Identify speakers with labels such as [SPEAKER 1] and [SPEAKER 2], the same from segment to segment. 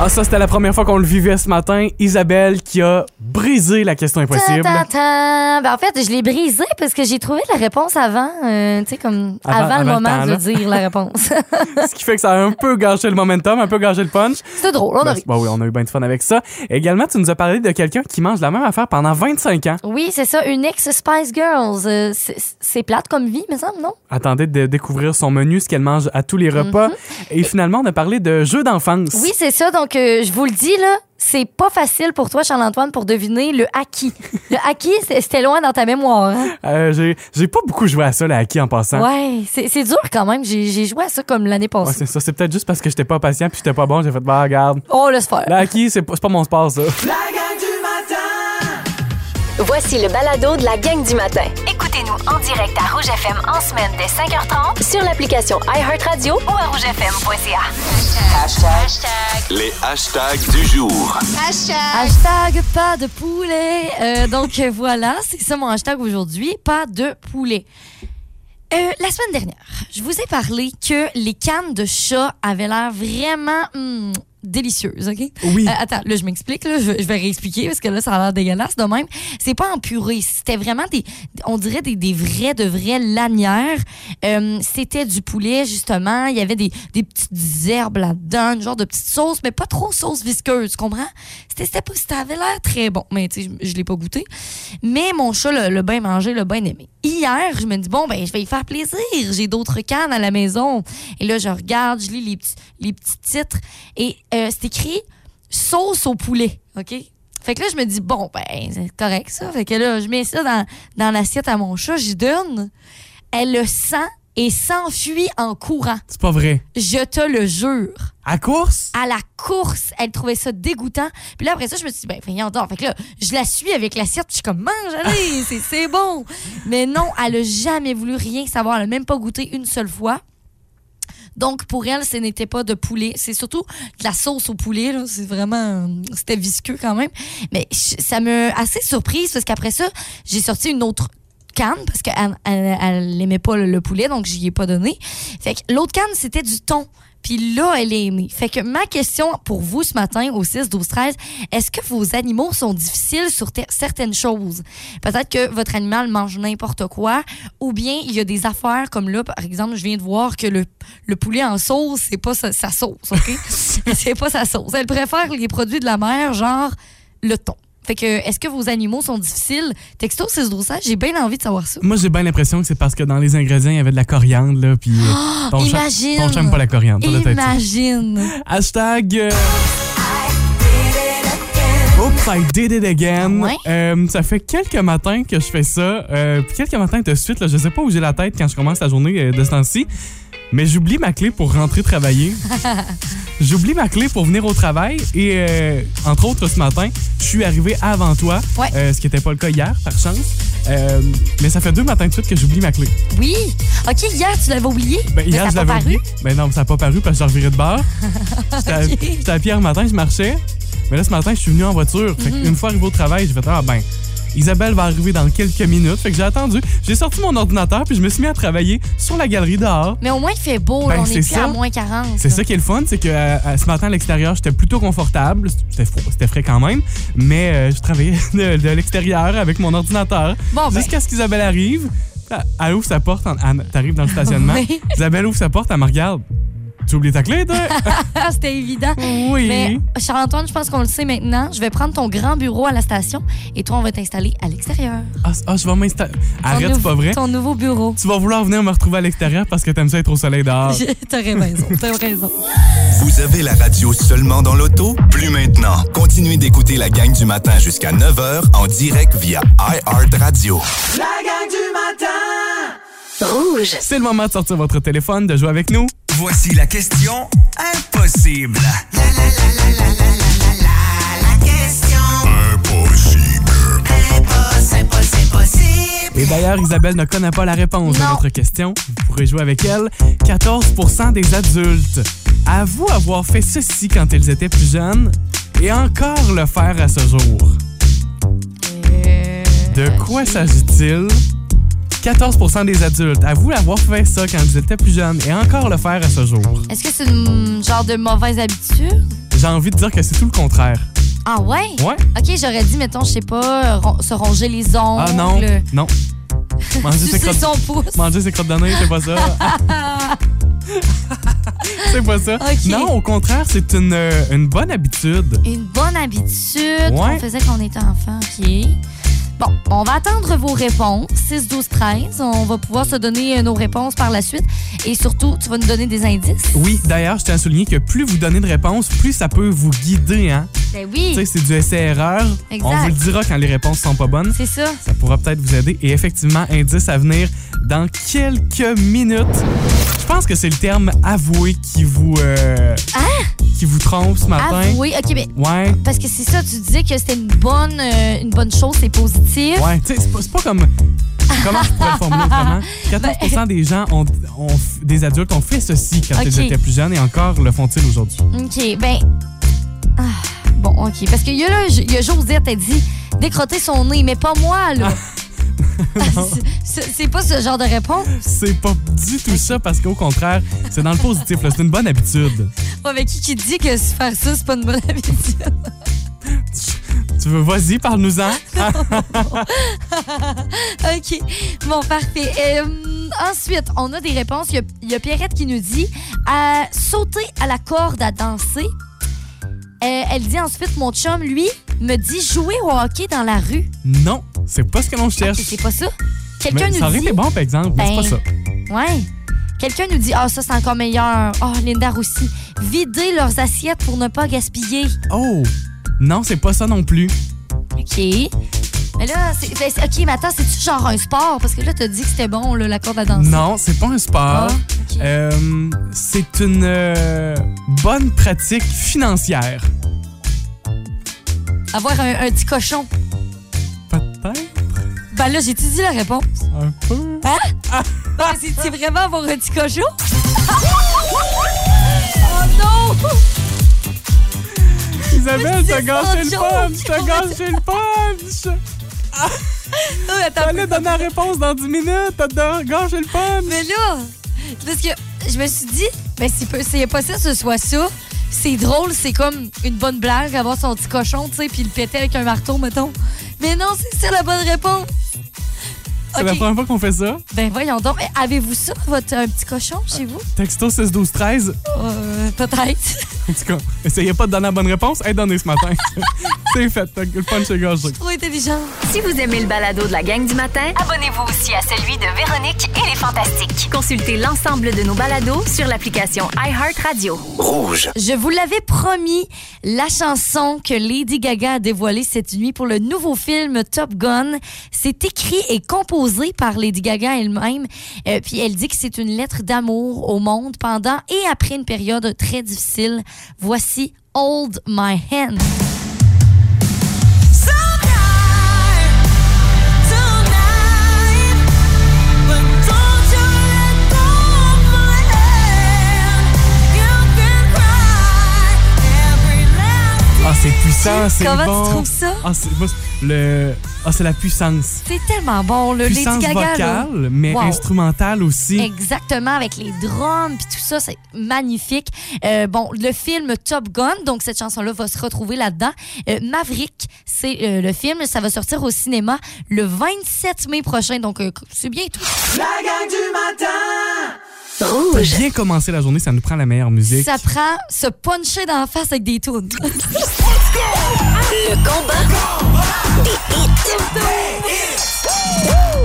[SPEAKER 1] Ah, ça, c'était la première fois qu'on le vivait ce matin. Isabelle qui a brisé la question impossible.
[SPEAKER 2] Ta, ta, ta. Ben, en fait, je l'ai brisé parce que j'ai trouvé la réponse avant, euh, tu sais, comme
[SPEAKER 1] Avant-
[SPEAKER 2] avant,
[SPEAKER 1] avant
[SPEAKER 2] le
[SPEAKER 1] le
[SPEAKER 2] moment
[SPEAKER 1] temps,
[SPEAKER 2] de
[SPEAKER 1] là.
[SPEAKER 2] dire la réponse.
[SPEAKER 1] Ce qui fait que ça a un peu gâché le momentum, un peu gâché le punch.
[SPEAKER 2] C'était drôle, on a
[SPEAKER 1] Ben,
[SPEAKER 2] ri.
[SPEAKER 1] c'est- bah oui, on a eu bien de fun avec ça. Également, tu nous as parlé de quelqu'un qui mange la même affaire pendant 25 ans.
[SPEAKER 2] Oui, c'est ça, une ex Spice Girls. Euh, c'est- c'est plate comme vie, me semble, non?
[SPEAKER 1] Attendez de découvrir son menu, ce qu'elle mange à tous les repas. Et finalement, on a parlé de jeux d'enfance.
[SPEAKER 2] Mm-hmm. Oui, c'est ça. Donc, euh, je vous le dis, là, c'est pas facile pour toi, Charles-Antoine, pour deviner le acquis. Le acquis, c'est- c'était loin dans ta mémoire. hein?
[SPEAKER 1] Euh, j'ai- J'ai pas beaucoup joué à ça, la qui en passant.
[SPEAKER 2] Ouais, c'est c'est dur quand même. J'ai j'ai joué à ça comme l'année
[SPEAKER 1] Hein? Ouais,
[SPEAKER 2] passée.
[SPEAKER 1] c'est ça. C'est peut-être juste parce que j'étais pas patient puis j'étais pas bon. J'ai fait, bah, regarde.
[SPEAKER 2] on laisse faire.
[SPEAKER 1] La qui, c'est pas c'est pas mon sport, ça.
[SPEAKER 3] La gang du matin
[SPEAKER 4] Voici le balado de la gang du matin. Écoutez-nous en direct à Rouge FM en semaine dès 5h30 sur l'application iHeartRadio ou à rougefm.ca.
[SPEAKER 5] Les hashtags du jour.
[SPEAKER 2] Hashtag pas de poulet. Euh, donc euh, voilà, c'est ça mon hashtag aujourd'hui, pas de poulet. Euh, la semaine dernière, je vous ai parlé que les cannes de chat avaient l'air vraiment hum, délicieuses, OK?
[SPEAKER 1] Oui.
[SPEAKER 2] Euh, attends, là, je m'explique, là, je, je vais réexpliquer parce que là, ça a l'air dégueulasse de même. C'est pas en purée, c'était vraiment des, on dirait des, des vrais, de vraies lanières. Euh, c'était du poulet, justement. Il y avait des, des petites herbes là-dedans, une genre de petite sauce, mais pas trop sauce visqueuse, tu comprends? C'était, c'était pas, ça avait l'air très bon, mais tu sais, je, je l'ai pas goûté. Mais mon chat le- l'a bien mangé, l'a bien aimé. Hier, je me dis, bon, ben, je vais y faire plaisir. J'ai d'autres cannes à la maison. Et là, je regarde, je lis les petits, les petits titres. Et euh, c'est écrit sauce au poulet, OK? Fait que là, je me dis, bon, ben, c'est correct, ça. Fait que là, je mets ça dans, dans l'assiette à mon chat, j'y donne. Elle le sent et s'enfuit en courant.
[SPEAKER 1] C'est pas vrai.
[SPEAKER 2] Je te le jure
[SPEAKER 1] À course?
[SPEAKER 2] à la course. Elle trouvait ça dégoûtant. Puis là, après ça, je me suis dit, ben, voyons donc. Fait que là, je la suis avec l'assiette, puis je suis comme, mange, allez, c'est- c'est bon. Mais non, elle a jamais voulu rien savoir. Elle a même pas goûté une seule fois. Donc, pour elle, ce n'était pas de poulet. C'est surtout de la sauce au poulet. là. C'est vraiment. euh, C'était visqueux quand même. Mais je- ça me. assez surprise parce qu'après ça, j'ai sorti une autre canne parce qu'elle elle, elle aimait pas le, le poulet, donc je n'y ai pas donné. Fait que l'autre canne, c'était du thon. Puis là, elle est aimée. Fait que ma question pour vous ce matin au 6, 12, 13, est-ce que vos animaux sont difficiles sur ter- certaines choses? Peut-être que votre animal mange n'importe quoi, ou bien il y a des affaires comme là, par exemple, je viens de voir que le, le poulet en sauce, c'est pas sa, sa sauce, OK? c'est pas sa sauce. Elle préfère les produits de la mer, genre le thon. Fait que, est-ce que vos animaux sont difficiles? Texto 6, 12, 13, j'ai bien envie de savoir ça.
[SPEAKER 1] Moi, j'ai bien l'impression que c'est parce que dans les ingrédients, il y avait de la coriandre, là, puis... euh, ton chat-
[SPEAKER 2] imagine!
[SPEAKER 1] Ton chat aime pas la coriandre. ça doit être ça.
[SPEAKER 2] Imagine!
[SPEAKER 1] Hashtag. euh, Oops, I did it again.
[SPEAKER 2] Ah ouais?
[SPEAKER 1] Euh, ça fait quelques matins que je fais ça. Euh, puis quelques matins de suite, là, je sais pas où j'ai la tête quand je commence la journée euh, de ce temps-ci. Mais j'oublie ma clé pour rentrer travailler. j'oublie ma clé pour venir au travail. Et euh, entre autres, ce matin, je suis arrivé avant toi.
[SPEAKER 2] Ouais.
[SPEAKER 1] Euh, ce qui n'était pas le cas hier, par chance. Euh, mais ça fait deux matins de suite que j'oublie ma clé.
[SPEAKER 2] Oui. OK, hier, tu l'avais oublié.
[SPEAKER 1] Ben,
[SPEAKER 2] Mais
[SPEAKER 1] hier,
[SPEAKER 2] ça
[SPEAKER 1] je
[SPEAKER 2] t'a
[SPEAKER 1] l'avais
[SPEAKER 2] paru?
[SPEAKER 1] oublié. Ben non, ça n'a pas paru parce que je revirais de bord. J'étais à- J'étais à Pierre matin, je marchais. Mais là, ce matin, je suis venu en voiture. Fait
[SPEAKER 2] Mhm.
[SPEAKER 1] Une fois arrivé au travail, j'ai fait Ah, ben, Isabelle va arriver dans quelques minutes. Fait que j'ai attendu. J'ai sorti mon ordinateur puis je me suis mis à travailler sur la galerie dehors.
[SPEAKER 2] Mais au moins, il fait beau. là,
[SPEAKER 1] Ben,
[SPEAKER 2] on est
[SPEAKER 1] c'est
[SPEAKER 2] plus
[SPEAKER 1] ça.
[SPEAKER 2] à moins 40.
[SPEAKER 1] C'est ça qui est le fun, c'est que euh, euh, ce matin à l'extérieur, j'étais plutôt confortable. C'était froid, c'était frais quand même, mais euh, je travaillais de, de l'extérieur avec mon ordinateur.
[SPEAKER 2] Bon, ben.
[SPEAKER 1] Jusqu'à ce qu'Isabelle arrive, elle- elle ouvre sa porte, en- elle- t'arrives dans le stationnement.
[SPEAKER 2] Oui.
[SPEAKER 1] Isabelle ouvre sa porte, elle me regarde. Tu oublies ta clé, toi?
[SPEAKER 2] Ah, C'était évident.
[SPEAKER 1] oui.
[SPEAKER 2] Mais euh, Charles-Antoine, je pense qu'on le sait maintenant. Je vais prendre ton grand bureau à la station et toi, on va t'installer à l'extérieur.
[SPEAKER 1] Ah, c- ah, je vais m'installer.
[SPEAKER 2] Ton
[SPEAKER 1] Arrête, c'est
[SPEAKER 2] nouveau-
[SPEAKER 1] pas vrai.
[SPEAKER 2] Ton nouveau bureau.
[SPEAKER 1] Tu vas vouloir venir me retrouver à l'extérieur parce que t'aimes ça être au soleil dehors.
[SPEAKER 2] T'aurais raison. T'as raison.
[SPEAKER 5] Vous avez la radio seulement dans l'auto? Plus maintenant. Continuez d'écouter la gang du matin jusqu'à 9h en direct via iHeartRadio.
[SPEAKER 3] La gang du matin
[SPEAKER 4] Rouge.
[SPEAKER 1] C'est le moment de sortir votre téléphone, de jouer avec nous.
[SPEAKER 6] Voici la question impossible.
[SPEAKER 1] Et d'ailleurs, Isabelle ne connaît pas la réponse à
[SPEAKER 2] Non.
[SPEAKER 1] notre question. Vous pourrez jouer avec elle. 14 des adultes avouent avoir fait ceci quand ils étaient plus jeunes et encore le faire à ce jour.
[SPEAKER 2] Euh,
[SPEAKER 1] De quoi s'agit-il? 14 des adultes avouent avoir fait ça quand ils étaient plus jeunes et encore le faire à ce jour.
[SPEAKER 2] Est-ce que c'est une genre de mauvaise habitude?
[SPEAKER 1] j'ai envie de dire que c'est tout le contraire.
[SPEAKER 2] Ah ouais?
[SPEAKER 1] Ouais.
[SPEAKER 2] OK, j'aurais dit, mettons, je sais pas, euh, ron- se ronger les ongles.
[SPEAKER 1] Ah non, non. Manger ses
[SPEAKER 2] Sucer
[SPEAKER 1] crottes,
[SPEAKER 2] son pouce.
[SPEAKER 1] manger ses crottes de nez, c'est pas ça. c'est pas ça.
[SPEAKER 2] Ok.
[SPEAKER 1] Non, au contraire, c'est une, euh, une bonne habitude.
[SPEAKER 2] Une bonne habitude
[SPEAKER 1] Ouais.
[SPEAKER 2] qu'on faisait quand on était enfant. OK. Bon, on va attendre vos réponses. 6, 12, 13. On va pouvoir se donner euh, nos réponses par la suite. Et surtout, tu vas nous donner des indices.
[SPEAKER 1] Oui, d'ailleurs, je tiens à souligner que plus vous donnez de réponses, plus ça peut vous guider. Hein?
[SPEAKER 2] Ben
[SPEAKER 1] Tu
[SPEAKER 2] oui,
[SPEAKER 1] sais, c'est du essai-erreur.
[SPEAKER 2] Exact.
[SPEAKER 1] On vous le dira quand les réponses sont pas bonnes.
[SPEAKER 2] c'est ça.
[SPEAKER 1] Ça pourra peut-être vous aider. Et effectivement, indice à venir dans quelques minutes. Je pense que c'est le terme avoué qui vous, euh,
[SPEAKER 2] Hein?
[SPEAKER 1] qui vous trompe ce matin.
[SPEAKER 2] Avouer. OK, mais
[SPEAKER 1] Ouais.
[SPEAKER 2] parce que c'est ça, tu disais que c'était une bonne, euh, une bonne chose, c'est positif.
[SPEAKER 1] Ouais, tu sais, c'est pas, c'est pas comme. Comment je pourrais le formuler autrement?
[SPEAKER 2] Ben,
[SPEAKER 1] 14 des gens, ont, ont f- des adultes, ont fait ceci quand
[SPEAKER 2] Ok.
[SPEAKER 1] ils étaient plus jeunes et encore le font-ils aujourd'hui.
[SPEAKER 2] OK, ben. ah, bon, OK. Parce qu'il y a là, il y a Josette, elle dit décrotter son nez, mais pas moi,
[SPEAKER 1] Ah.
[SPEAKER 2] là. C'est- c'est pas ce genre de réponse.
[SPEAKER 1] C'est pas du tout ça parce qu'au contraire, c'est dans le positif. là. C'est une bonne habitude.
[SPEAKER 2] Ouais, mais qui, qui dit que se faire ça, c'est pas une bonne habitude?
[SPEAKER 1] Tu veux, vas-y, parle-nous-en. Ah,
[SPEAKER 2] OK. Bon, parfait. Euh, ensuite, on a des réponses. Il y a- il y, a Pierrette qui nous dit à sauter à la corde à danser. Euh, elle dit ensuite mon chum, lui, me dit jouer au hockey dans la rue. Ah,
[SPEAKER 1] non, c'est pas ce que l'on cherche.
[SPEAKER 2] C'est pas ça?
[SPEAKER 1] Mais
[SPEAKER 2] Quelqu'un
[SPEAKER 1] ça
[SPEAKER 2] nous
[SPEAKER 1] aurait
[SPEAKER 2] dit.
[SPEAKER 1] été bon, par exemple, mais c'est pas
[SPEAKER 2] Ben,
[SPEAKER 1] ça.
[SPEAKER 2] Ouais. Quelqu'un nous dit Ah, ça, c'est encore meilleur. Oh, Linda aussi. Vider leurs assiettes pour ne pas gaspiller.
[SPEAKER 1] Oh! Non, c'est pas ça non plus.
[SPEAKER 2] OK. Mais là, c'est. ben, c'est- OK, mais attends, c'est-tu genre un sport? Parce que là, t'as dit que c'était bon, là, la corde à danser.
[SPEAKER 1] Non, c'est pas un
[SPEAKER 2] Ah,
[SPEAKER 1] sport.
[SPEAKER 2] OK.
[SPEAKER 1] Euh, c'est une euh, bonne pratique financière.
[SPEAKER 2] Avoir un, un petit cochon.
[SPEAKER 1] Peut-être
[SPEAKER 2] Ben là, j'ai-tu dit la réponse?
[SPEAKER 1] un peu.
[SPEAKER 2] Non, mais c'est c'est vraiment avoir un petit cochon? oh non!
[SPEAKER 1] Isabelle, t'as
[SPEAKER 2] C'est
[SPEAKER 1] gâché le
[SPEAKER 2] sans
[SPEAKER 1] punch!
[SPEAKER 2] joke.
[SPEAKER 1] T'as gâché le punch!
[SPEAKER 2] Non, mais Euh, attends,
[SPEAKER 1] T'allais donner la réponse dans 10 minutes! T'as da- gâché le punch!
[SPEAKER 2] Mais là, parce que je me suis dit, ben c'est pas, c'est pas ça, ce soit ça. C'est drôle, c'est comme une bonne blague, avoir son petit cochon, tu sais, puis le péter avec un marteau, mettons. Mais non, c'est ça la bonne réponse.
[SPEAKER 1] C'est la
[SPEAKER 2] OK.
[SPEAKER 1] première fois qu'on fait ça.
[SPEAKER 2] Ben voyons donc, Mais avez-vous ça, votre un petit cochon chez vous?
[SPEAKER 1] Texto 6-12-13.
[SPEAKER 2] Euh, Peut-être.
[SPEAKER 1] En tout cas, essayez pas de donner la bonne réponse. Elle donnée ce matin. c'est fait. T'as- Le punch est gâché.
[SPEAKER 2] Trop intelligent.
[SPEAKER 4] Si vous aimez le balado de la gang du matin, abonnez-vous aussi à celui de Véronique et les Fantastiques. Consultez l'ensemble de nos balados sur l'application iHeartRadio.
[SPEAKER 2] Je vous l'avais promis, la chanson que Lady Gaga a dévoilée cette nuit pour le nouveau film Top Gun, c'est écrit et composé par Lady Gaga elle-même. Euh, puis elle dit que c'est une lettre d'amour au monde pendant et après une période très difficile. Voici Hold My Hand.
[SPEAKER 1] Ah, c'est puissant, c'est
[SPEAKER 2] Comment tu
[SPEAKER 1] bon.
[SPEAKER 2] trouves ça?
[SPEAKER 1] Ah, c'est moi, c'est- le ah, c'est la puissance.
[SPEAKER 2] C'est tellement bon, le Lady
[SPEAKER 1] puissance
[SPEAKER 2] Gaga. là.
[SPEAKER 1] vocale, mais
[SPEAKER 2] Wow.
[SPEAKER 1] instrumentale aussi.
[SPEAKER 2] Exactement, avec les drums puis tout ça, c'est magnifique. Euh, bon, le film Top Gun, donc cette chanson-là va se retrouver là-dedans. Euh, Maverick, c'est euh, le film, ça va sortir au cinéma le 27 mai prochain, donc euh, c'est bien tout.
[SPEAKER 3] La gang du matin
[SPEAKER 1] Pour bien commencer la journée, ça nous prend la meilleure musique.
[SPEAKER 2] Ça prend se puncher dans la face avec des tunes.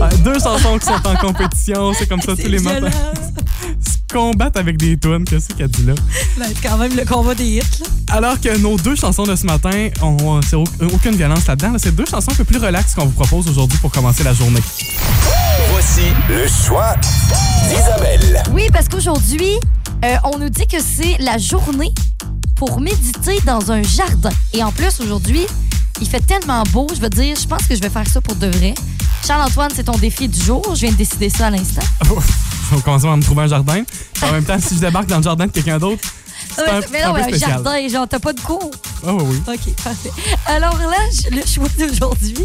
[SPEAKER 1] Ah, deux chansons qui sont en compétition, c'est comme ça tous les matins. Se combattent avec des tonnes, qu'est-ce qu'elle dit là?
[SPEAKER 2] Ben, quand même le combat des hits.
[SPEAKER 1] Alors que nos deux chansons de ce matin, on, c'est au- euh, aucune violence là-dedans. là. C'est deux chansons un peu plus relax qu'on vous propose aujourd'hui pour commencer la journée.
[SPEAKER 5] Voici le choix d'Isabelle.
[SPEAKER 2] Oui, parce qu'aujourd'hui, euh, on nous dit que c'est la journée pour méditer dans un jardin. Et en plus, aujourd'hui, il fait tellement beau, je veux dire, je pense que je vais faire ça pour de vrai. Charles-Antoine, c'est ton défi du jour. Je viens de décider ça à l'instant.
[SPEAKER 1] Ouf, on commence à me trouver un jardin. En même temps, si je débarque dans le jardin de quelqu'un d'autre, c'est un,
[SPEAKER 2] mais
[SPEAKER 1] un
[SPEAKER 2] non,
[SPEAKER 1] peu
[SPEAKER 2] un
[SPEAKER 1] spécial.
[SPEAKER 2] jardin, genre, t'as pas de cours.
[SPEAKER 1] Ah oui, oui.
[SPEAKER 2] OK, parfait. Alors là, je- le choix d'aujourd'hui,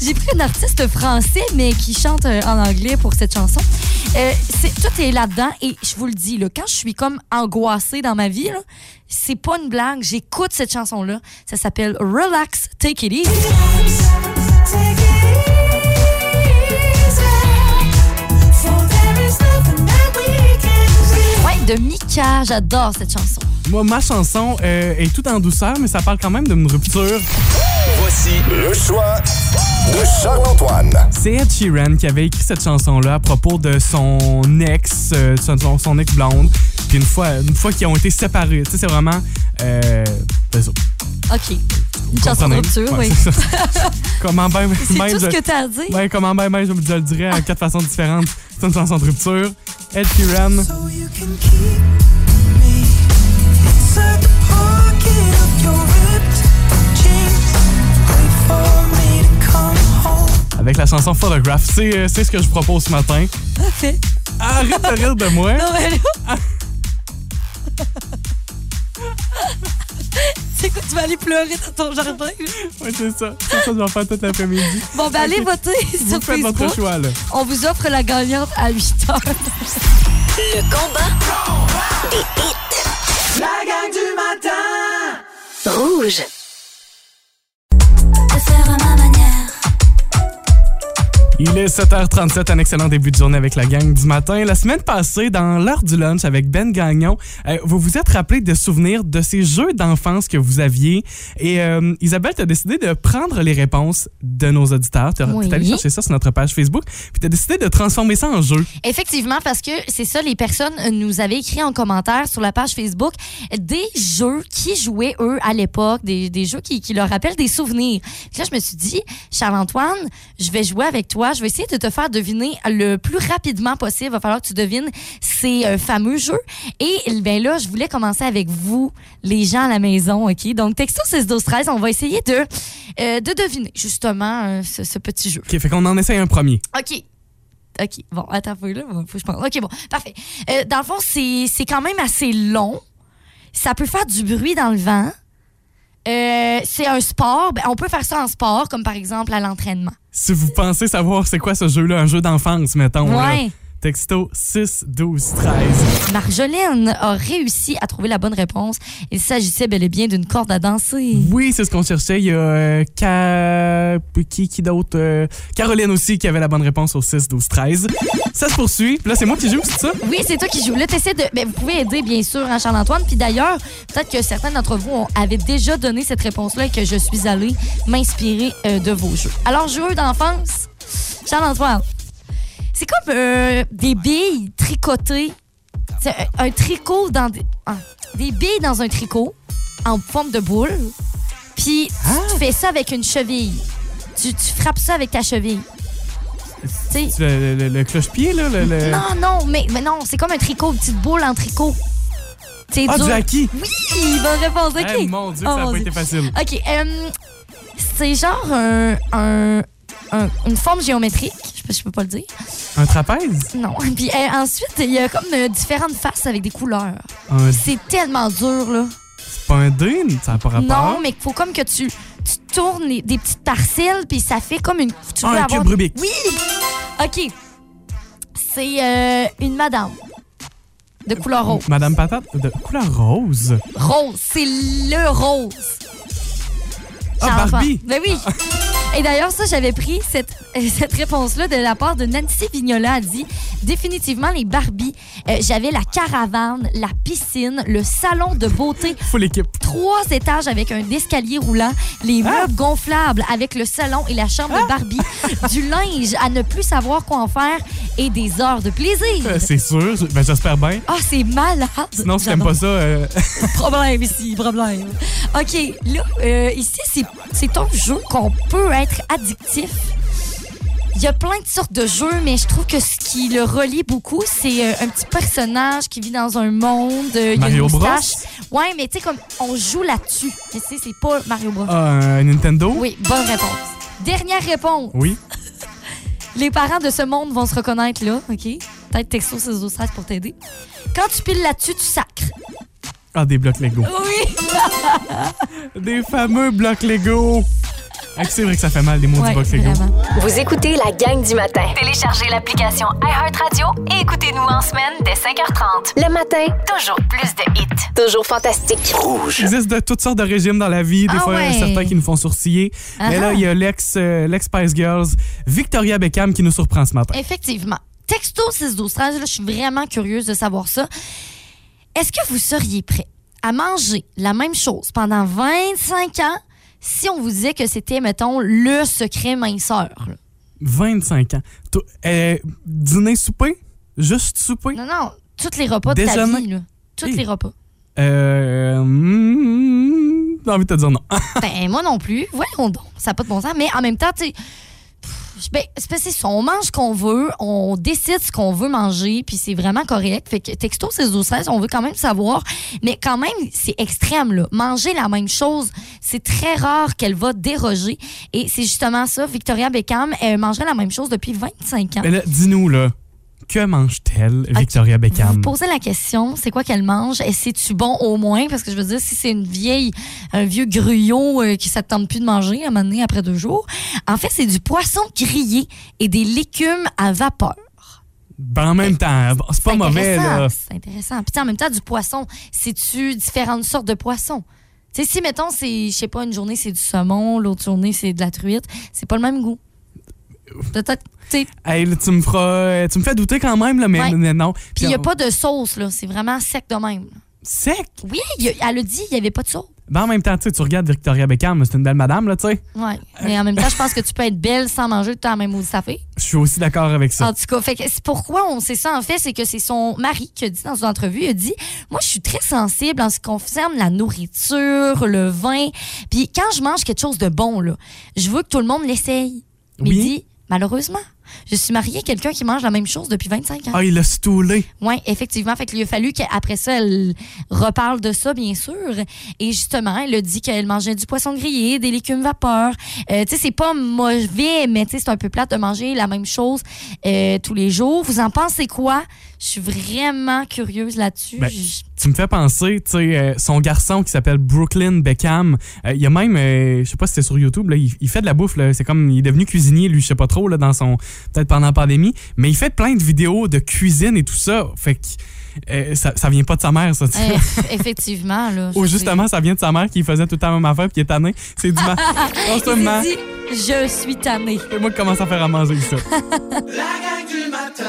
[SPEAKER 2] J'ai pris un artiste français, mais qui chante euh, en anglais pour cette chanson. Euh, c'est- tout est là-dedans et je vous le dis, là, quand je suis comme angoissée dans ma vie, là, c'est pas une blague. J'écoute cette chanson-là. Ça s'appelle Relax, Take It Easy. Ouais, de Mika. J'adore cette chanson.
[SPEAKER 1] Moi, ma chanson euh, est tout en douceur, mais ça parle quand même d'une rupture.
[SPEAKER 6] Voici
[SPEAKER 5] Le choix de Charles-Antoine.
[SPEAKER 1] C'est Ed Sheeran qui avait écrit cette chanson-là à propos de son ex, euh, son, son- son ex blonde. Puis une fois, une fois qu'ils ont été séparés, tu sais, c'est vraiment. Euh, ben ça,
[SPEAKER 2] OK. Une
[SPEAKER 1] vous
[SPEAKER 2] chanson
[SPEAKER 1] comprenez.
[SPEAKER 2] de rupture,
[SPEAKER 1] Ouais,
[SPEAKER 2] oui.
[SPEAKER 1] c'est ça. comment ben,
[SPEAKER 2] C'est
[SPEAKER 1] ben,
[SPEAKER 2] tout ce
[SPEAKER 1] je-
[SPEAKER 2] que t'as à dire.
[SPEAKER 1] Ouais, comment ben, ben, je vous le dirais à quatre façons différentes. C'est une chanson de rupture. Ed Sheeran. Avec la chanson Photograph. C'est euh, c'est ce que je propose ce matin.
[SPEAKER 2] Parfait.
[SPEAKER 1] Arrête de rire de moi.
[SPEAKER 2] Non, mais
[SPEAKER 1] Ah.
[SPEAKER 2] là- C'est quoi, tu vas aller pleurer dans ton jardin?
[SPEAKER 1] Ouais, c'est ça. C'est ça que je vais faire toute l'après-midi.
[SPEAKER 2] Bon, ben, allez voter
[SPEAKER 1] Vous
[SPEAKER 2] sur
[SPEAKER 1] faites
[SPEAKER 2] Facebook.
[SPEAKER 1] votre choix, là.
[SPEAKER 2] On vous offre la gagnante à 8 heures.
[SPEAKER 4] Le combat.
[SPEAKER 3] La gang du matin
[SPEAKER 4] Rouge.
[SPEAKER 1] Il est 7h37, un excellent début de journée avec la gang du matin. La semaine passée, dans l'heure du lunch avec Ben Gagnon, euh, vous vous êtes rappelé de souvenirs de ces jeux d'enfance que vous aviez. Et euh, Isabelle, tu as décidé de prendre les réponses de nos auditeurs. Tu
[SPEAKER 2] Oui.
[SPEAKER 1] es allé chercher ça sur notre page Facebook. Puis tu as décidé de transformer ça en jeu.
[SPEAKER 2] Effectivement, parce que c'est ça, les personnes euh, nous avaient écrit en commentaire sur la page Facebook des jeux qui jouaient, eux, à l'époque, des, des jeux qui, qui leur rappellent des souvenirs. Puis là, je me suis dit, Charles-Antoine, je vais jouer avec toi. Je vais essayer de te faire deviner le plus rapidement possible. Il va falloir que tu devines ces euh, fameux jeux. Et ben là, je voulais commencer avec vous, les gens à la maison, OK? Donc, texto 6 12 13 on va essayer de, euh, de deviner, justement, euh, ce- ce petit jeu.
[SPEAKER 1] OK, fait qu'on en essaye un premier.
[SPEAKER 2] OK. OK. Bon, attends, faut, là, faut que je pense. OK, bon, parfait. Euh, dans le fond, c'est c'est quand même assez long. Ça peut faire du bruit dans le vent. Euh, c'est un sport. Ben, on peut faire ça en sport, comme par exemple à l'entraînement.
[SPEAKER 1] Si vous pensez savoir c'est quoi ce jeu-là, un jeu d'enfance, mettons. là,
[SPEAKER 2] Ouais.
[SPEAKER 1] texto 6 12 13.
[SPEAKER 2] Marjolaine a réussi à trouver la bonne réponse. Il s'agissait bel et bien d'une corde à danser.
[SPEAKER 1] Oui, c'est ce qu'on cherchait. Il y a euh, Ca- qui, qui d'autre Euh, Caroline aussi qui avait la bonne réponse au 6 12 13. Ça se poursuit. Puis Là, c'est moi qui joue, c'est ça
[SPEAKER 2] Oui, c'est toi qui joues. Là, t'essaies de. Ben, vous pouvez aider, bien sûr, hein, Charles-Antoine. Puis d'ailleurs, peut-être que certains d'entre vous ont- avaient déjà donné cette réponse-là et que je suis allée m'inspirer euh, de vos jeux. Alors, jeux d'enfance, Charles-Antoine, c'est comme euh, des billes tricotées. C'est un, un tricot dans des. ah, des billes dans un tricot en forme de boule. Puis tu fais ça avec une cheville. Tu, tu frappes ça avec ta cheville. Tu sais,
[SPEAKER 1] euh, Le, le- le cloche-pied là, le, le-
[SPEAKER 2] non, non, mais, mais non, c'est comme un tricot, une petite boule en tricot. C'est
[SPEAKER 1] Ah,
[SPEAKER 2] dur.
[SPEAKER 1] du acquis.
[SPEAKER 2] Oui, il va répondre. OK.
[SPEAKER 1] Eh, mon dieu, que
[SPEAKER 2] Oh,
[SPEAKER 1] ça a
[SPEAKER 2] mon
[SPEAKER 1] pas
[SPEAKER 2] Dieu.
[SPEAKER 1] été facile.
[SPEAKER 2] OK. euh, c'est genre un, un- un- une forme géométrique. Je peux, je peux pas le dire.
[SPEAKER 1] Un trapèze
[SPEAKER 2] Non. Puis euh, ensuite, il y a comme euh, différentes faces avec des couleurs.
[SPEAKER 1] Un
[SPEAKER 2] C'est tellement dur, là.
[SPEAKER 1] c'est pas un dé, ça a pas rapport.
[SPEAKER 2] Non, mais il faut comme que tu, tu tournes les- des petites parcelles, puis ça fait comme une. Tu
[SPEAKER 1] Ah,
[SPEAKER 2] peux
[SPEAKER 1] un
[SPEAKER 2] avoir-
[SPEAKER 1] cube Rubik.
[SPEAKER 2] Oui! OK. C'est euh, une madame de couleur rose.
[SPEAKER 1] Madame Patate de couleur rose.
[SPEAKER 2] Rose, c'est le rose.
[SPEAKER 1] Ah,
[SPEAKER 2] Charles-Antoine.
[SPEAKER 1] Barbie. Ah.
[SPEAKER 2] Ben oui. Et d'ailleurs, ça, j'avais pris cette, euh, cette réponse-là de la part de Nancy Vignola. Elle dit définitivement les Barbies. Euh, j'avais la caravane, la piscine, le salon de beauté
[SPEAKER 1] Faut l'équipe.
[SPEAKER 2] trois étages avec un escalier roulant, les
[SPEAKER 1] Ah.
[SPEAKER 2] meubles gonflables avec le salon et la chambre de Barbie, du linge à ne plus savoir quoi en faire et des heures de
[SPEAKER 1] Euh,
[SPEAKER 2] plaisir.
[SPEAKER 1] C'est sûr, je- ben, j'espère bien.
[SPEAKER 2] Ah, c'est malade!
[SPEAKER 1] Sinon, si t'aimes pas ça, euh,
[SPEAKER 2] Problème ici, problème. OK, là, euh, ici, c'est- c'est un jeu qu'on peut être addictif. Il y a plein de sortes de jeux, mais je trouve que ce qui le relie beaucoup, c'est euh, un petit personnage qui vit dans un monde. euh, il y a une
[SPEAKER 1] Mario Bros?
[SPEAKER 2] moustache. Ouais, mais tu sais, comme on joue là-dessus. Mais tu sais, c'est pas Mario Bros.
[SPEAKER 1] ah, un Nintendo.
[SPEAKER 2] Oui, bonne réponse. Dernière réponse.
[SPEAKER 1] Oui.
[SPEAKER 2] Les parents de ce monde vont se reconnaître là, OK? Peut-être texto 6 12 13 pour t'aider. Quand tu piles là-dessus, tu sacres.
[SPEAKER 1] Ah, des blocs Lego.
[SPEAKER 2] Oui!
[SPEAKER 1] Des fameux blocs Lego. Ah, C'est vrai que ça fait mal, les mots
[SPEAKER 2] Ouais,
[SPEAKER 1] du box Lego.
[SPEAKER 2] vraiment.
[SPEAKER 4] Vous écoutez la gang du matin. Téléchargez l'application iHeartRadio et écoutez-nous en semaine dès 5h30. Le matin, toujours plus de hits. Toujours fantastique.
[SPEAKER 1] Il existe de toutes sortes de régimes dans la vie. Des
[SPEAKER 2] Ah
[SPEAKER 1] fois, il y
[SPEAKER 2] ouais.
[SPEAKER 1] a certains qui nous font sourciller. Mais
[SPEAKER 2] Ah
[SPEAKER 1] là,
[SPEAKER 2] ah.
[SPEAKER 1] il y a l'ex euh, l'ex Spice Girls, Victoria Beckham, qui nous surprend ce
[SPEAKER 2] Eh.
[SPEAKER 1] matin.
[SPEAKER 2] Effectivement. Texto 6 12 13, là, je suis vraiment curieuse de savoir ça. Est-ce que vous seriez prêt à manger la même chose pendant 25 ans si on vous disait que c'était, mettons, le secret minceur? là?
[SPEAKER 1] 25 ans. Toi, euh, dîner, souper? Juste souper?
[SPEAKER 2] Non, non, tous les repas de ta
[SPEAKER 1] Déjeuner.
[SPEAKER 2] vie, là. Tous
[SPEAKER 1] Hey.
[SPEAKER 2] les repas.
[SPEAKER 1] Euh... hmm, J'ai envie de te dire non.
[SPEAKER 2] Ben, moi non plus. Voyons donc. Ça n'a pas de bon sens. Mais en même temps, tu sais. pff, Ben, c'est parce que c'est ça. On mange ce qu'on veut, on décide ce qu'on veut manger, puis c'est vraiment correct. Fait que texto 16 12 13, on veut quand même savoir. Mais quand même, c'est extrême, là. Manger la même chose, c'est très rare qu'elle va déroger. Et c'est justement ça. Victoria Beckham, elle mangerait la même chose depuis 25 ans.
[SPEAKER 1] Mais là, dis-nous, là, que mange-t-elle, Victoria
[SPEAKER 2] Vous
[SPEAKER 1] Beckham?
[SPEAKER 2] posez la question, c'est quoi qu'elle mange? Et c'est-tu bon au moins? Parce que je veux dire, si c'est une vieille, un vieux gruyot euh, qui ne tente plus de manger à un moment donné après deux jours, en fait, c'est du poisson grillé et des légumes à vapeur.
[SPEAKER 1] Ben, en même temps, bon, c'est pas mauvais,
[SPEAKER 2] intéressant,
[SPEAKER 1] là.
[SPEAKER 2] C'est intéressant. Puis tu sais, en même temps, du poisson, c'est-tu différentes sortes de poissons? Tu sais, si, mettons, c'est, je sais pas, une journée, c'est du saumon, l'autre journée, c'est de la truite, c'est pas le même goût. Peut-être, tu sais,
[SPEAKER 1] Hey, là, tu me feras... Tu me fais douter quand même, là, mais,
[SPEAKER 2] Ouais.
[SPEAKER 1] mais non.
[SPEAKER 2] puis il n'y a pas de sauce, là. C'est vraiment sec de même.
[SPEAKER 1] Sec!
[SPEAKER 2] Oui, il y a- elle a dit, il n'y avait pas de sauce.
[SPEAKER 1] Ben, en même temps, tu sais, tu regardes Victoria Beckham, c'est une belle madame, là, tu sais.
[SPEAKER 2] Ouais. Mais en même temps, je pense que tu peux être belle sans manger tout le temps la même maudite affaire.
[SPEAKER 1] Je suis aussi d'accord avec ça.
[SPEAKER 2] En tout cas, fait que c'est pourquoi on sait ça en fait, c'est que c'est son mari qui a dit dans une entrevue, il a dit "Moi, je suis très sensible en ce qui concerne la nourriture, le vin, puis quand je mange quelque chose de bon là, je veux que tout le monde l'essaye." Mais
[SPEAKER 1] Oui.
[SPEAKER 2] il dit "Malheureusement, je suis mariée à quelqu'un qui mange la même chose depuis 25 ans."
[SPEAKER 1] Ah, il l'a stoulé.
[SPEAKER 2] Oui, effectivement. Fait qu'il a fallu qu'après ça, elle reparle de ça, bien sûr. Et justement, elle a dit qu'elle mangeait du poisson grillé, des légumes vapeur. Euh, tu sais, c'est pas mauvais, mais tu sais, c'est un peu plate de manger la même chose euh, tous les jours. Vous en pensez quoi? Je suis vraiment curieuse là-dessus.
[SPEAKER 1] Ben,
[SPEAKER 2] Je-
[SPEAKER 1] Tu me fais penser, tu sais, euh, son garçon qui s'appelle Brooklyn Beckham. euh, il y a même, euh, je sais pas si c'était sur YouTube, là, il, il fait de la bouffe. là. C'est comme, il est devenu cuisinier, lui, je sais pas trop, là, dans son, peut-être pendant la pandémie. Mais il fait plein de vidéos de cuisine et tout ça. Fait que euh, ça, ça vient pas de sa mère, ça. tu sais.
[SPEAKER 2] Euh, effectivement, là. je
[SPEAKER 1] Ou
[SPEAKER 2] sais.
[SPEAKER 1] justement, ça vient de sa mère qui faisait tout le temps la même affaire puis qui est tannée. C'est du mal.
[SPEAKER 2] Il
[SPEAKER 1] Constamment.
[SPEAKER 2] dit, je suis tannée.
[SPEAKER 1] C'est moi qui commence à faire à manger ça.
[SPEAKER 3] La gang du matin.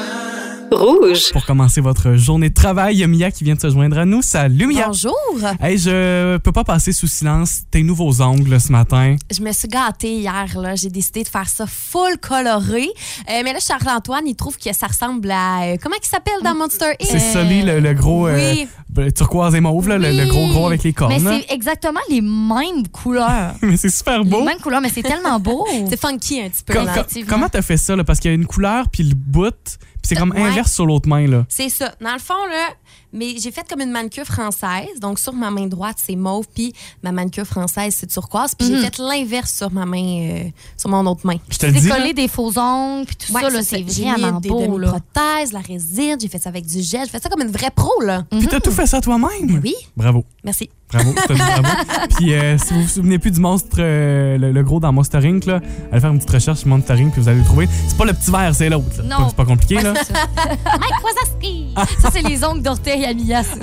[SPEAKER 4] Rouge.
[SPEAKER 1] Pour commencer votre journée de travail, il y a Mia qui vient de se joindre à nous. Salut Mia!
[SPEAKER 7] Bonjour.
[SPEAKER 1] Hey, je peux pas passer sous silence tes nouveaux ongles ce matin.
[SPEAKER 7] Je me suis gâtée hier. là. J'ai décidé de faire ça full coloré. Euh, mais là, Charles-Antoine, il trouve que ça ressemble à. euh, comment il s'appelle dans Monster Inc?
[SPEAKER 1] C'est Sully, le, le gros euh,
[SPEAKER 7] oui.
[SPEAKER 1] ben, turquoise et mauve, là, le- le,
[SPEAKER 2] Oui.
[SPEAKER 1] gros gros avec les cornes.
[SPEAKER 2] Mais
[SPEAKER 1] là.
[SPEAKER 2] c'est exactement les mêmes couleurs.
[SPEAKER 1] Mais c'est super
[SPEAKER 2] les
[SPEAKER 1] beau.
[SPEAKER 2] mêmes couleurs, mais c'est tellement beau.
[SPEAKER 7] C'est funky un petit peu.
[SPEAKER 1] Com-
[SPEAKER 7] là.
[SPEAKER 1] com-
[SPEAKER 2] effectivement.
[SPEAKER 1] comment t'as fait ça? Là? Parce qu'il y a une couleur puis le bout, puis c'est comme
[SPEAKER 7] Ouais.
[SPEAKER 1] inverse sur l'autre main. Là.
[SPEAKER 7] C'est ça. Dans le fond, là, mais j'ai fait comme une manucure française. Donc, sur ma main droite, c'est mauve, puis ma manucure française, c'est turquoise. Puis
[SPEAKER 2] Mhm.
[SPEAKER 7] j'ai fait l'inverse sur ma main, euh, sur mon autre main.
[SPEAKER 1] Je te le dis. là.
[SPEAKER 2] décoller des faux ongles puis tout
[SPEAKER 7] Ouais,
[SPEAKER 2] ça, là,
[SPEAKER 7] ça,
[SPEAKER 2] c'est
[SPEAKER 7] j'ai mis
[SPEAKER 2] vraiment
[SPEAKER 7] des
[SPEAKER 2] beau. Là.
[SPEAKER 7] prothèses, la résine, j'ai fait ça avec du gel, j'ai fait ça comme une vraie pro, là.
[SPEAKER 1] Puis t'as tout fait ça toi-même?
[SPEAKER 7] Mhm. Oui,
[SPEAKER 1] Bravo.
[SPEAKER 7] merci.
[SPEAKER 1] Bravo, je te dis bravo. Puis euh, si vous vous souvenez plus du monstre, euh, le, le gros dans Monster Inc, là, allez faire une petite recherche sur Monster Inc, puis vous allez le trouver. C'est pas le petit verre, c'est l'autre. là. C'est
[SPEAKER 2] Non.
[SPEAKER 1] pas- C'est pas compliqué, là.
[SPEAKER 2] Mike Wazowski! ça, c'est les ongles d'orteil à Mia. ça.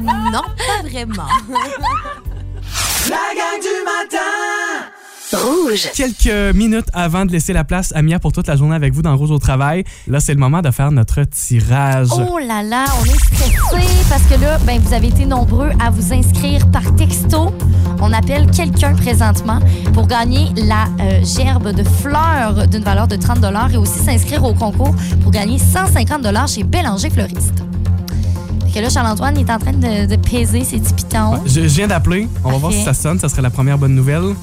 [SPEAKER 7] non, pas vraiment.
[SPEAKER 3] La gang du matin.
[SPEAKER 4] Rouge.
[SPEAKER 1] Quelques minutes avant de laisser la place à Mia pour toute la journée avec vous dans Rose au travail, là, c'est le moment de faire notre tirage.
[SPEAKER 2] Oh là là, on est stressé parce que là, ben, vous avez été nombreux à vous inscrire par texto. On appelle quelqu'un présentement pour gagner la euh, gerbe de fleurs d'une valeur de 30 et aussi s'inscrire au concours pour gagner 150 chez Bélanger Fleuriste. Fait que là, Charles-Antoine il est en train de, de peser ses petits pitons.
[SPEAKER 1] Ouais, je, je viens d'appeler. On va voir
[SPEAKER 2] Parfait.
[SPEAKER 1] si ça sonne. Ça serait la première bonne nouvelle.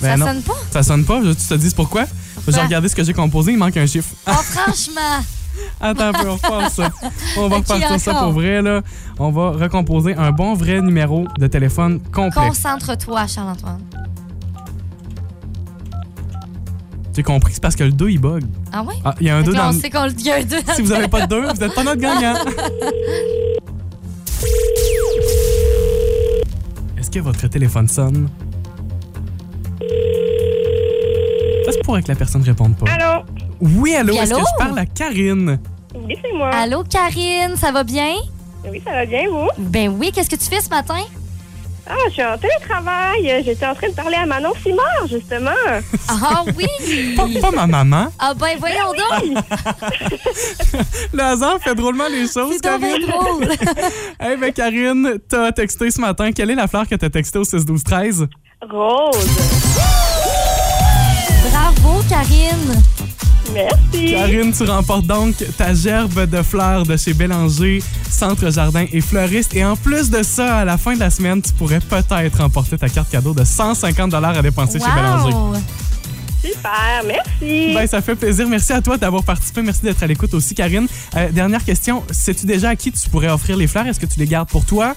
[SPEAKER 2] ça
[SPEAKER 1] Ben non,
[SPEAKER 2] sonne pas? Ben.
[SPEAKER 1] ça sonne pas. Je tu te dis pourquoi? J'ai regardé ce que j'ai composé. Il manque un chiffre.
[SPEAKER 2] Oh, franchement!
[SPEAKER 1] Attends un peu, on repart ça. On va
[SPEAKER 2] Ok,
[SPEAKER 1] repartir ça
[SPEAKER 2] encore.
[SPEAKER 1] pour vrai, là. On va recomposer un bon vrai numéro de téléphone complet.
[SPEAKER 2] Concentre-toi, Charles-Antoine.
[SPEAKER 1] J'ai compris, c'est parce que le 2, il bug.
[SPEAKER 2] Ah oui?
[SPEAKER 1] Ah, il y a un 2 dans
[SPEAKER 2] on
[SPEAKER 1] le...
[SPEAKER 2] sait qu'on le dit un deux dans
[SPEAKER 1] Si vous n'avez pas de 2, vous n'êtes pas notre gagnant. Est-ce que votre téléphone sonne? Ça se pourrait que la personne réponde pas.
[SPEAKER 8] Allô?
[SPEAKER 1] Oui, allô,
[SPEAKER 2] Oui,
[SPEAKER 1] est-ce que
[SPEAKER 2] allô?
[SPEAKER 1] je parle à Karine?
[SPEAKER 8] Oui, c'est moi.
[SPEAKER 2] Allô, Karine, ça va bien?
[SPEAKER 8] Oui, ça va bien, vous?
[SPEAKER 2] Ben oui, qu'est-ce que tu fais ce matin?
[SPEAKER 8] Ah, je suis en télétravail. J'étais en train de parler à Manon Simard, justement.
[SPEAKER 2] Ah oui!
[SPEAKER 1] Pas, pas ma maman.
[SPEAKER 2] Ah ben voyons donc!
[SPEAKER 1] Le hasard fait drôlement les choses,
[SPEAKER 2] C'est donc bien
[SPEAKER 1] Karine.
[SPEAKER 2] drôle!
[SPEAKER 1] Eh ben Karine, t'as texté ce matin. Quelle est la fleur que t'as textée au 6-12-13?
[SPEAKER 8] Rose.
[SPEAKER 2] Bravo, Karine!
[SPEAKER 8] Merci.
[SPEAKER 1] Karine, tu remportes donc ta gerbe de fleurs de chez Bélanger, Centre Jardin et Fleuriste. Et en plus de ça, à la fin de la semaine, tu pourrais peut-être remporter ta carte cadeau de 150 à dépenser chez Bélanger.
[SPEAKER 2] Wow! Ben,
[SPEAKER 8] Super, merci.
[SPEAKER 1] Ben, ça fait plaisir. Merci à toi d'avoir participé. Merci d'être à l'écoute aussi, Karine. Euh, dernière question. Sais-tu déjà à qui tu pourrais offrir les fleurs? Est-ce que tu les gardes pour toi?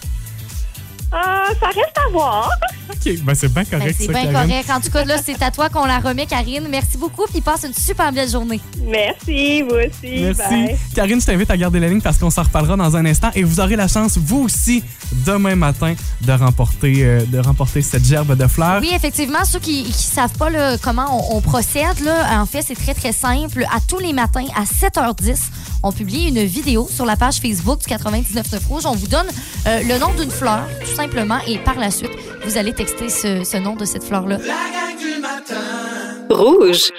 [SPEAKER 8] Ah, ça reste à voir.
[SPEAKER 1] OK. Ben, c'est bien correct,
[SPEAKER 2] Ben, c'est
[SPEAKER 1] ça,
[SPEAKER 2] bien
[SPEAKER 1] Karine.
[SPEAKER 2] correct. En tout cas, là, c'est à toi qu'on la remet, Karine. Merci beaucoup, puis passe une super belle journée.
[SPEAKER 8] Merci, vous aussi.
[SPEAKER 1] Merci.
[SPEAKER 8] Bye.
[SPEAKER 1] Karine, je t'invite à garder la ligne parce qu'on s'en reparlera dans un instant et vous aurez la chance, vous aussi, demain matin, de remporter, euh, de remporter cette gerbe de fleurs.
[SPEAKER 2] Oui, effectivement, ceux qui ne savent pas là, comment on, on procède, là, en fait, c'est très, très simple. À tous les matins, à 7h10, on publie une vidéo sur la page Facebook du 99.9 Rouge. On vous donne euh, le nom d'une fleur, tout simplement, et par la suite, vous allez texter ce, ce nom de cette fleur-là.
[SPEAKER 3] La gang du matin.
[SPEAKER 4] Rouge.